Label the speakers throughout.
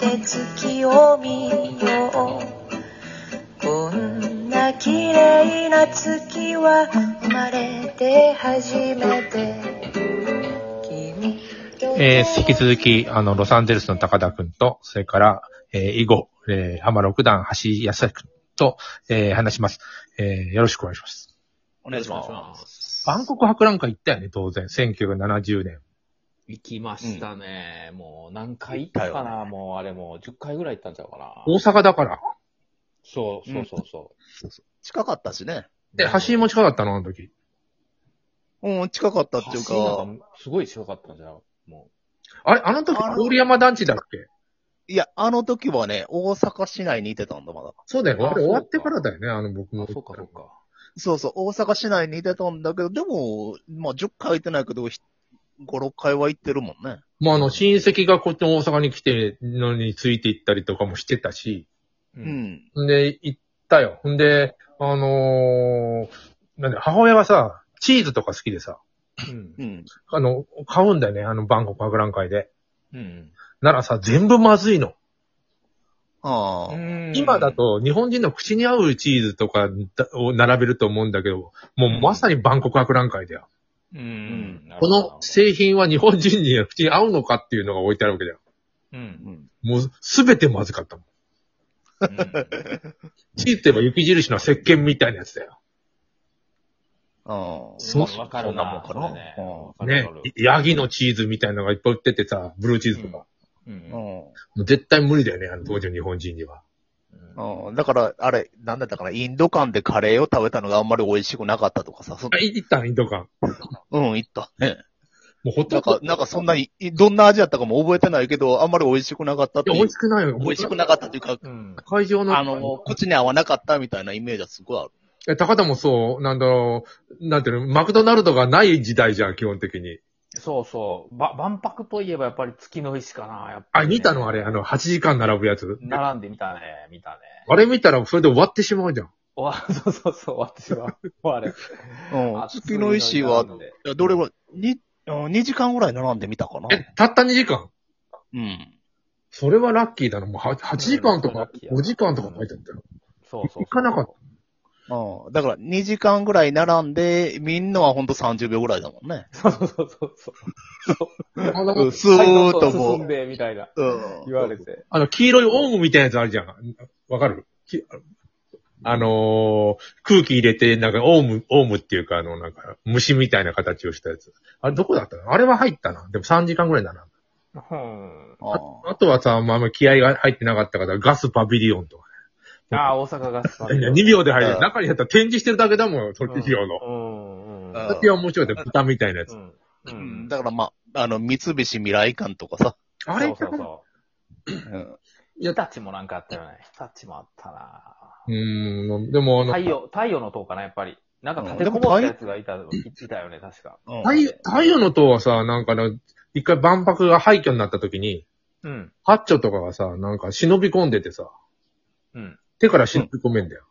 Speaker 1: 月を見ようこんな綺麗な月は生まれて初めて君と
Speaker 2: えー引き続き、あの、ロサンゼルスの高田くんと、それから、えー、以後、えー、浜六段橋康くんと、えー、話します。えー、よろしくお願いします。
Speaker 3: お願いします。
Speaker 2: バンコク博覧会行ったよね、当然。1970年。
Speaker 4: 行きましたね。もう何回行ったかなもうあれもう10回ぐらい行ったんちゃうか
Speaker 2: 大
Speaker 4: な。
Speaker 2: 阪だから。
Speaker 4: そうそうそうそう。
Speaker 3: 近かったしね。
Speaker 2: で、橋井も近かったの、あの時。
Speaker 3: うん、近かったっていう
Speaker 4: 橋
Speaker 3: か、
Speaker 4: なんかすごい強かったんじゃん。も
Speaker 2: あれ、あの時、
Speaker 3: あの
Speaker 2: 郡山団地だっけ
Speaker 3: いや、あの時はね、大阪市内にいてたんだ、まだ。
Speaker 2: そうだよ。
Speaker 4: あ
Speaker 2: あれ終わって
Speaker 4: そうか
Speaker 2: からだよね、あの僕
Speaker 4: う。
Speaker 2: も。
Speaker 4: あ、そうかそうか。
Speaker 3: そうそう、大阪市内にいてたんだけど、でも、まあ、10回は行ってないけど、ひ5、6回は行ってるもんね。
Speaker 2: もうあの、親戚がこっちの大阪に来てるのについて行ったりとかもしてたし。
Speaker 4: う
Speaker 3: う。ん。
Speaker 2: んで、行ったよ。んで、あのー、なんで、母親がさ、チーズとか好きでさ、
Speaker 4: うん
Speaker 3: う。ん。
Speaker 2: あの、買うんだよね、あの、バンコク博覧会で。
Speaker 4: うん。
Speaker 2: ならさ、全部まずいの。
Speaker 3: ああ、
Speaker 4: うん
Speaker 2: 今だ、と、日本人の口に合うチーズとかだを並べると思うんだけど、もうまさにバンコク博覧会だよ。
Speaker 4: うん。
Speaker 2: この製品は日本人には口に合うのかっていうのが置いてあるわけだよ。
Speaker 4: う。
Speaker 3: うんん。
Speaker 2: もうすべてまずかったもん。チーズって言えば雪印の石鹸みたいなやつだよ。
Speaker 3: ああ。
Speaker 2: そう
Speaker 4: わかる
Speaker 3: そんな
Speaker 4: な。
Speaker 3: もんかな
Speaker 4: それね
Speaker 3: うん
Speaker 4: わかる
Speaker 2: ね
Speaker 4: わかる。
Speaker 2: ヤギのチーズみたいなのがいっぱい売っててさ、ブルーチーズとか。
Speaker 4: うん
Speaker 3: う。ん。
Speaker 2: もう絶対無理だよね、あの当時の日本人には。
Speaker 4: うん
Speaker 3: うん、だから、あれ、なんだったかな、インド館でカレーを食べたのがあんまり美味しくなかったとかさ、そ
Speaker 2: あ、い行ったインド館。
Speaker 3: うん、行った。ね。
Speaker 2: もうほと
Speaker 3: なん
Speaker 2: んど。
Speaker 3: か、なんかそんなに、いどんな味だったかも覚えてないけど、あんまり美味しくなかったっ
Speaker 2: い
Speaker 3: て
Speaker 2: や、
Speaker 3: い
Speaker 2: 美
Speaker 3: う
Speaker 2: 味しくないよ。
Speaker 3: 美味しくなかったというか、
Speaker 4: うん。
Speaker 2: 会場の。
Speaker 3: あの、口に合わなかったみたいなイメージはすごいある。
Speaker 2: え、高田もそう、なんだろう、なんていうの、マクドナルドがない時代じゃん、基本的に。
Speaker 4: そうそう。ば、万博といえばやっぱり月の石かな。やっぱ
Speaker 2: あ、
Speaker 4: りね
Speaker 2: 見たのあれ、あの、8時間並ぶやつ。
Speaker 4: 並んで見たね。見たね。
Speaker 2: あれ見たら、それで終わってしまうじゃん。
Speaker 4: お わ、そうそうそう、私は。もうあれ。
Speaker 3: うん。月の石は、いやどれぐらい、に、2時間ぐらい並んでみたかな。
Speaker 2: え、たった2時間
Speaker 3: うん。
Speaker 2: それはラッキーだな。もうは8時間と
Speaker 4: うん
Speaker 2: か
Speaker 4: それラッキー、や
Speaker 2: 5時間とか書いてあったよ。
Speaker 4: そうそう。
Speaker 2: 行かなかった
Speaker 3: うん。だから、2時間ぐらい並んで、みんなはほんと30秒ぐらいだもんね。
Speaker 4: た。そうそうそうそう。
Speaker 2: あ
Speaker 3: う
Speaker 2: の
Speaker 3: ん、スーッとも
Speaker 4: 進ん
Speaker 3: う。
Speaker 4: で、みたいな。
Speaker 3: うん。
Speaker 4: 言われて。
Speaker 2: あの、黄色いオウムみたいなやつあるじゃん。わかるきあのー空気入れて、なんか、オウム、オウムっていうか、あの、なんか、虫みたいな形をしたやつ。あれ、どこだったのあれは入ったな。でも3時間ぐらいだな。
Speaker 4: うん。
Speaker 3: あ
Speaker 2: あとはさ、まああんま気合が入ってなかったから、ガスパビリオンとか。
Speaker 4: ああ、大阪ガスパ
Speaker 2: いや2秒で入
Speaker 3: う
Speaker 2: る。
Speaker 3: ん
Speaker 2: 中にやったら展示してるだけだもん、それ費用の。
Speaker 4: うん。うん。うん。
Speaker 2: だって面白いで、豚みたいなやつ。
Speaker 4: う
Speaker 3: うんん。。だからまあ、あの、三菱未来館とかさ。
Speaker 2: あれ
Speaker 4: そうそうそう。
Speaker 3: うん。
Speaker 2: いや
Speaker 4: 日立もなんかあったよね。日立もあったな
Speaker 2: うーん、でもあの、
Speaker 4: 太
Speaker 2: 太
Speaker 4: 陽、太陽の塔かな、やっぱり。なんか立てこもったやつがいた、いたよね、確か。
Speaker 3: うん
Speaker 2: 陽、太陽の塔はさ、なんかね、一回万博が廃墟になった時に、
Speaker 4: うん。
Speaker 2: ハッチョとかがさ、なんか忍び込んでてさ、
Speaker 4: うん。
Speaker 2: 手から忍び込めんだよ。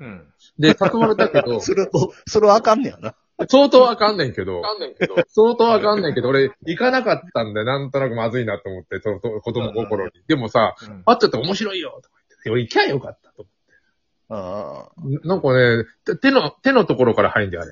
Speaker 4: うん。
Speaker 2: で、誘われた けど、
Speaker 3: それ、それはあかんねやな。
Speaker 2: 相当わかんないけど、
Speaker 4: んないけど。
Speaker 2: 相当わかんないけど、俺、行かなかったんで、なんとなくまずいなと思って、その子供心に。でもさ、
Speaker 4: うん。
Speaker 2: ハッチョって面白いよ、とか言って、俺行きゃよかったと思って。
Speaker 3: うん。
Speaker 2: ななんかね、て手の、手のところから入るんだよ、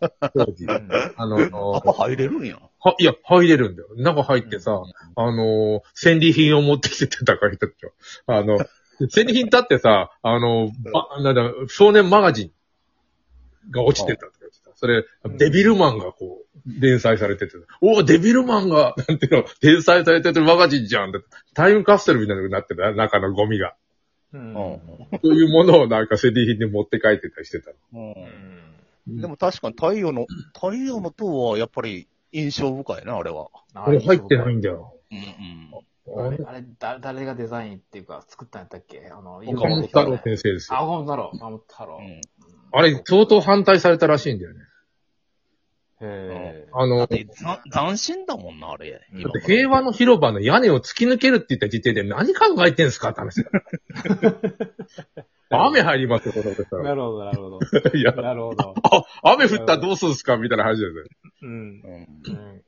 Speaker 2: あれ。当時あ の、
Speaker 3: やっぱ入れるんや。
Speaker 2: はいや、入れるんだよ。中入ってさ、あの、戦利品を持ってきてた高い人たちは。あの、戦利品だってさ、あの、ばなんだ、少年マガジンが落ちてたとか言ってた。それ、デビルマンがこう、連載されてて、おお、デビルマンが、なんていうの、連載されてるマガジンじゃんって。タイムカプセルみたいなのになってた、中のゴミが。
Speaker 4: うん。
Speaker 2: そういうものをなんか戦利品で持って帰ってたりしてた。
Speaker 3: うん。
Speaker 4: う
Speaker 3: うん
Speaker 4: ん。
Speaker 3: でも確かに太陽の、太陽の塔はやっぱり印象深いな、あれは。
Speaker 2: これ入ってないんだよ。
Speaker 3: うんうん。
Speaker 4: あれ、あれだ誰がデザインっていうか作ったんやったっけあの、
Speaker 2: 岡本太郎
Speaker 4: 生。
Speaker 2: 先生ですよ。
Speaker 4: あ、岡本太郎。岡本太郎。
Speaker 3: うん
Speaker 2: あれ、相当反対されたらしいんだよね。
Speaker 4: へ
Speaker 2: あ
Speaker 3: だ
Speaker 2: の
Speaker 3: っ、てざ斬新だもんな、あれ。
Speaker 4: うん
Speaker 2: だ
Speaker 3: 今
Speaker 2: って平和の広場の屋根を突き抜けるって言った時点で何考えてんすかって話 だよ。雨入りますよ、この
Speaker 4: え。
Speaker 2: 方。
Speaker 4: なるほど、な るほど。
Speaker 2: いや、
Speaker 4: なるほど。
Speaker 2: あ、雨降ったらどうするんすかみたいな話ですよ。
Speaker 4: うん。
Speaker 3: うん
Speaker 4: うん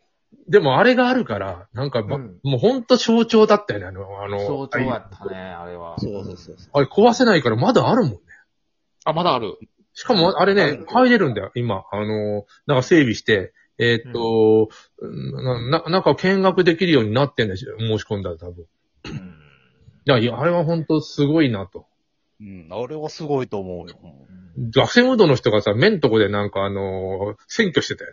Speaker 2: でもあれがあるから、なんかば、
Speaker 4: うん
Speaker 2: もうほんと象徴だったよね、あの、あの、
Speaker 4: 相当や
Speaker 2: あ
Speaker 4: ったね、あれは。
Speaker 3: そうそうそう。
Speaker 2: あれ壊せないからまだあるもんね。
Speaker 4: あ、まだある。
Speaker 2: しかもあれね、入れるんだよ、今。あの、なんか整備して、えーっと、な、ななんか見学できるようになってんだし、申し込んだら多分。いやいや、あれは本当すごいなと。
Speaker 3: うん、あれはすごいと思うよ。
Speaker 2: 学生ムードの人がさ、目んとこでなんかあのー、選挙してたよ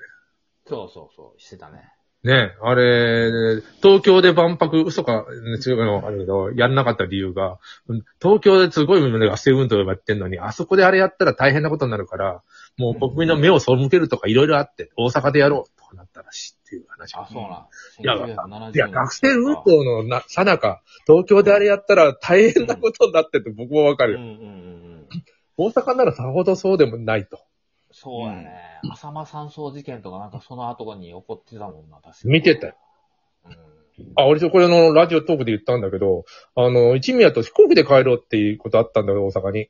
Speaker 4: そうそうそう、してたね。
Speaker 2: ね。ねえあれ、東京で万博、嘘か、ね違うの、あるけど、やんなかった理由が、うん東京ですごい学生運動やってんのに、あそこであれやったら大変なことになるから、もう国民の目を背けるとかいろいろあって、大阪でやろうとかなったらしいっていう話。
Speaker 4: あ、そうなん。
Speaker 2: いや
Speaker 4: 1970
Speaker 2: いや、学生運動のな、さなか、東京であれやったら大変なことになってて僕もわか
Speaker 4: うんう
Speaker 2: るよ。
Speaker 4: んうんうん。
Speaker 2: 大阪ならさほどそうでもないと。
Speaker 4: そうやね。浅間山荘事件とかなんかその後に起こってたもんな、確か
Speaker 2: 見てたよ。
Speaker 4: うん
Speaker 2: あ、俺、これあの、ラジオトークで言ったんだけど、あの、一宮と飛行機で帰ろうっていうことあったんだけど、大阪に。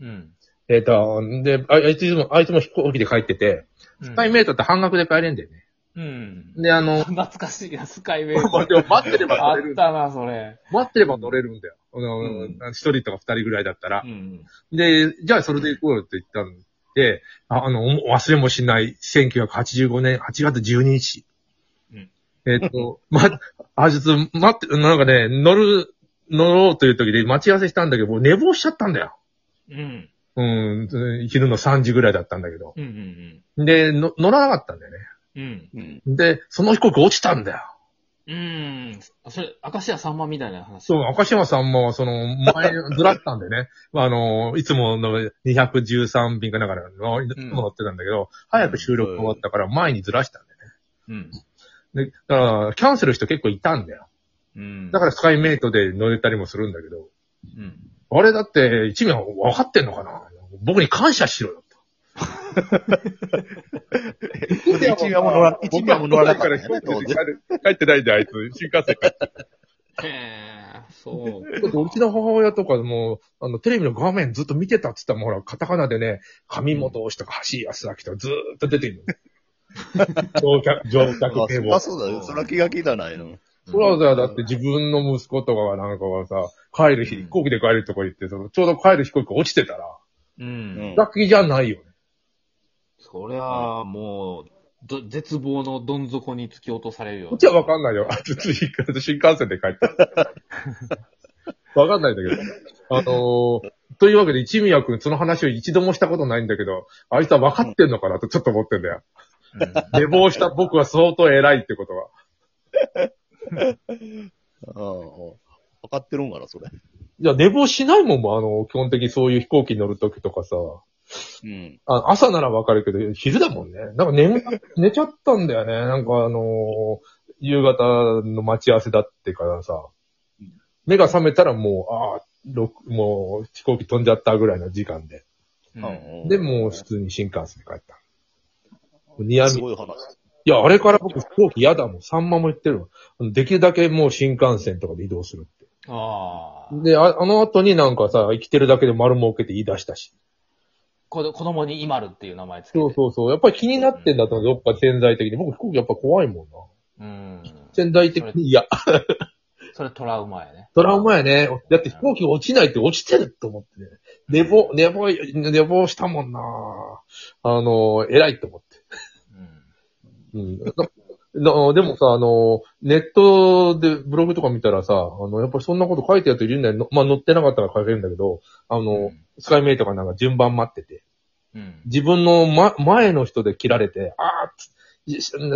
Speaker 4: うん。
Speaker 2: えっ、と、であ、あいつも、あいつも飛行機で帰ってて、スカイメーターって半額で帰れんだよね。
Speaker 4: うん。
Speaker 2: で、あの、
Speaker 4: 懐かしいな、ス カイウェイ。
Speaker 2: でも待ってれば乗
Speaker 4: あっ
Speaker 2: れる。
Speaker 4: たな、それ。
Speaker 2: 待ってれば乗れるんだよ。あの
Speaker 4: うん
Speaker 2: 一、人とか二人ぐらいだったら
Speaker 4: う。ん。
Speaker 2: で、じゃあそれで行こうよって言ったんで、ああの、忘れもしない1985年8月12日。
Speaker 4: うん
Speaker 2: えっと、 ま、あ、ちょっと待って、なんかね、乗る、乗ろうという時で待ち合わせしたんだけど、もう寝坊しちゃったんだよ。
Speaker 4: うん。
Speaker 2: うん、昼の3時ぐらいだったんだけど。
Speaker 4: うんうん
Speaker 2: で、の乗らなかったんだよね。
Speaker 4: うん。うん。
Speaker 3: うん。
Speaker 2: で、その飛行機落ちたんだよ。
Speaker 4: うん。それ、明石家さんまみたいな話。
Speaker 2: そう、赤島さんも、その、前、ずらったんでね。 まあ、あの、いつもの213便かなんかの、乗ってたんだけど、早く収録終わったから前にずらしたん
Speaker 4: うん。
Speaker 2: でね。で、だから、キャンセル人結構いたんだよ。
Speaker 4: うん。
Speaker 2: だから、スカイメイトで乗れたりもするんだけど、
Speaker 4: うん。
Speaker 2: あれだって、一名分かってんのかな僕に感謝しろよ。
Speaker 3: で一秒も乗ら、一秒も乗らなかったよね、
Speaker 2: 僕は
Speaker 3: 当
Speaker 2: 僕
Speaker 3: 時
Speaker 2: は。帰ってないんで、あいつ。新幹線帰って
Speaker 4: へえ、そう。
Speaker 2: うちの母親とかも、あの、テレビの画面ずっと見てたって言ったら、ほら、カタカナでね、上本氏とか橋安明とかずーっと出てる の。乗客、乗客警
Speaker 3: あ、
Speaker 2: 護。
Speaker 3: そうだよ。それは気が気じゃないの。
Speaker 2: そらだ、だって自分の息子とかがなんかはさ、帰る日、
Speaker 4: うん
Speaker 2: 飛行機で帰るとこ行って、そのちょうど帰る飛行機が落ちてたら、
Speaker 4: う。
Speaker 3: うんん。
Speaker 2: ラッキーじゃないよね。
Speaker 4: そりゃあ、もう、ど絶望のどん底に突き落とされるよ。
Speaker 2: こっちはわかんないよ。あ、ちょっと新幹新幹線で帰った。 わかんないんだけど。あのーというわけで、一宮君、その話を一度もしたことないんだけど、あいつは分かってんのかなとちょっと思ってんだよ。
Speaker 4: うん
Speaker 2: 寝坊した僕は相当偉いってことは。
Speaker 3: うんうん分かってるんかな、それ。
Speaker 2: いや、寝坊しないもんもん、あの、基本的にそういう飛行機に乗るときとかさ。
Speaker 3: うん。
Speaker 2: あ朝ならわかるけど、昼だもんね。なんか眠、寝ちゃったんだよね。なんかあのー夕方の待ち合わせだってからさ。目が覚めたらもう、ああ、ろくもう飛行機飛んじゃったぐらいの時間で。
Speaker 4: うん
Speaker 2: で、もう普通に新幹線で帰った。ニアミ
Speaker 3: すごい話。
Speaker 2: いや、あれから僕飛行機嫌だもん。サンマも言ってるわ。できるだけもう新幹線とかで移動するって。
Speaker 4: ああ。
Speaker 2: で、ああの後になんかさ、生きてるだけで丸儲けて言い出したし。
Speaker 4: こ子供にイマルっていう名前つけて。
Speaker 2: そうそうそう。やっぱり気になってんだと思う。どっか潜在的に。僕飛行機やっぱ怖いもんな。
Speaker 4: うん。
Speaker 2: 潜在的に、いや、
Speaker 4: それトラウマやね。
Speaker 2: トラウマやね。だって飛行機落ちないって落ちてると思ってね。寝坊、寝坊、寝坊したもんな。あの、偉いと思って。
Speaker 4: うん。
Speaker 2: うん。ななでもさ、あの、ネットでブログとか見たらさ、あの、やっぱりそんなこと書いてる人いるんだよ。のまあ、載ってなかったから書けるんだけど、あの、スカイメイトがなんか順番待ってて。
Speaker 4: うん。
Speaker 2: 自分の、ま、前の人で切られて、ああ、つ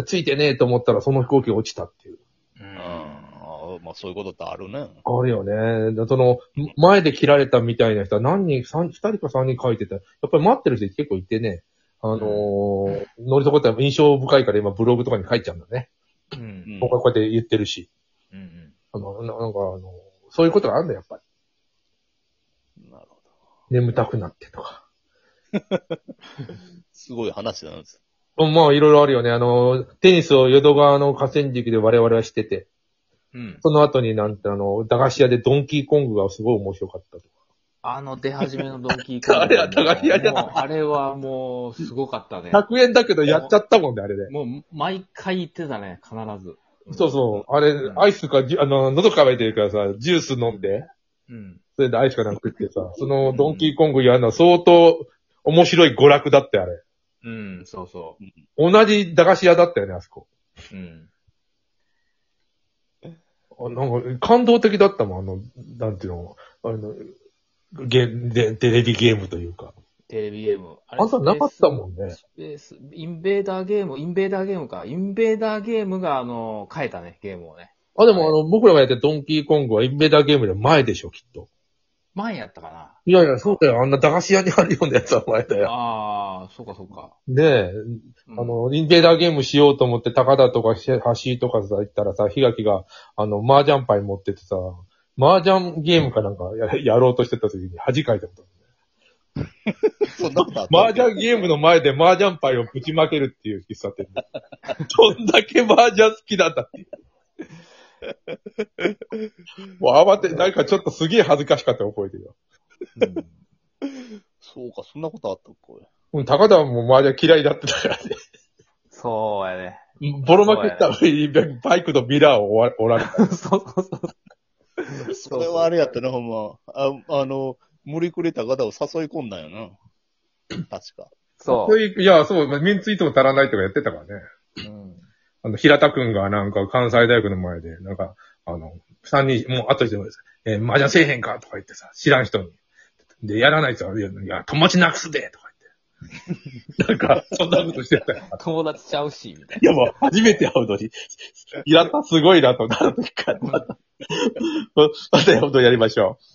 Speaker 2: ついてねえと思ったらその飛行機が落ちたっていう。
Speaker 4: う
Speaker 3: うんん。あまあ、そういうことってあるね。
Speaker 2: あるよね。だその、前で切られたみたいな人は何人、三二人か三人書いてた。やっぱり待ってる人結構いてね。あのー乗り損ったら印象深いから今ブログとかに書いちゃうんだね。
Speaker 4: う。
Speaker 3: うんん。
Speaker 2: 僕はこうやって言ってるし。
Speaker 4: うん。
Speaker 2: あの、ななんかあの、そういうことがあるんだよ、やっぱり。
Speaker 3: なるほど。
Speaker 2: 眠たくなってとか。
Speaker 3: すごい話なんです。
Speaker 2: まあ、いろいろあるよね。あの、テニスを淀川の河川敷で我々はしてて、
Speaker 4: うん。
Speaker 2: その後になんてあの、駄菓子屋でドンキーコングがすごい面白かったとか。
Speaker 4: あの出始めのドンキーコング
Speaker 2: あれは高いやつや
Speaker 4: もうあれはもう、すごかったね。
Speaker 2: 100円だけどやっちゃったもんね、あれで。
Speaker 4: もう、毎回言ってたね、必ず。
Speaker 2: そうそう。あれ、アイスか、じゅあの、喉乾いてるからさ、ジュース飲んで、
Speaker 4: うん。うん。
Speaker 2: それでアイスかなんか食ってさ、そのドンキーコングやるのは相当面白い娯楽だって、あれ。
Speaker 4: うん、そうそ
Speaker 2: 同じ駄菓子屋だったよね、あそこ。
Speaker 4: う。うん。
Speaker 2: あなんか、感動的だったもん、あの、なんていうの、あの、ゲでテレビゲームというか。
Speaker 4: テレビゲーム。あ
Speaker 2: あんたなかったもんね。
Speaker 4: スペース、インベーダーゲーム、インベーダーゲームか。インベーダーゲームが、あの、変えたね、ゲームをね。
Speaker 2: あ、でもあの、僕らがやってるドンキーコングはインベーダーゲームで前でしょ、きっと。
Speaker 4: 前やったかな。
Speaker 2: いやいや、そうだよ。あんな駄菓子屋にあるようなやつは前だよ。
Speaker 4: ああ、そうかそうか。
Speaker 2: ねえ、
Speaker 4: うん
Speaker 2: あ、の、インベーダーゲームしようと思って、高田とかし橋井とかさ、行ったらさ、日垣が、あの、麻雀牌持っててさ、麻雀ゲームかなんかややろうとしてた時に恥かいたことある。
Speaker 3: そんなことあった
Speaker 2: 麻雀ゲームの前で麻雀牌をぶちまけるっていう喫茶 店。どんだけ麻雀好きなんだ っていう。もう慌て、なんかちょっとすげえ恥ずかしかったの覚えてるよ。
Speaker 4: うん
Speaker 3: そうか、そんなことあったっけ
Speaker 2: うん、高田はもう麻雀嫌いだってたからね。
Speaker 4: そう やね。
Speaker 2: ボロ負けした上にバイクとミラーを折ら折られた。
Speaker 4: そうそうそう。
Speaker 3: それはあれやったな、ほんま。ああの、無理くれた方を誘い込んだよ な。確か。
Speaker 4: そ
Speaker 2: そういういや、そう、メンツイートも足らないとかやってたからね。
Speaker 4: う。うん
Speaker 2: あの、平田くんがなんか関西大学の前で、なんか、あの、三人、もう後でもです。えー、麻雀せえへんかとか言ってさ、知らん人に。で、やらないと、いや、いや友達なくすでとか 言って。なんか、そんなことしてたよ。
Speaker 4: 友達ちゃうし、みたい
Speaker 2: いや、もう、初めて会うのに、 平田すごいなと、なる時から。また、またやりましょう。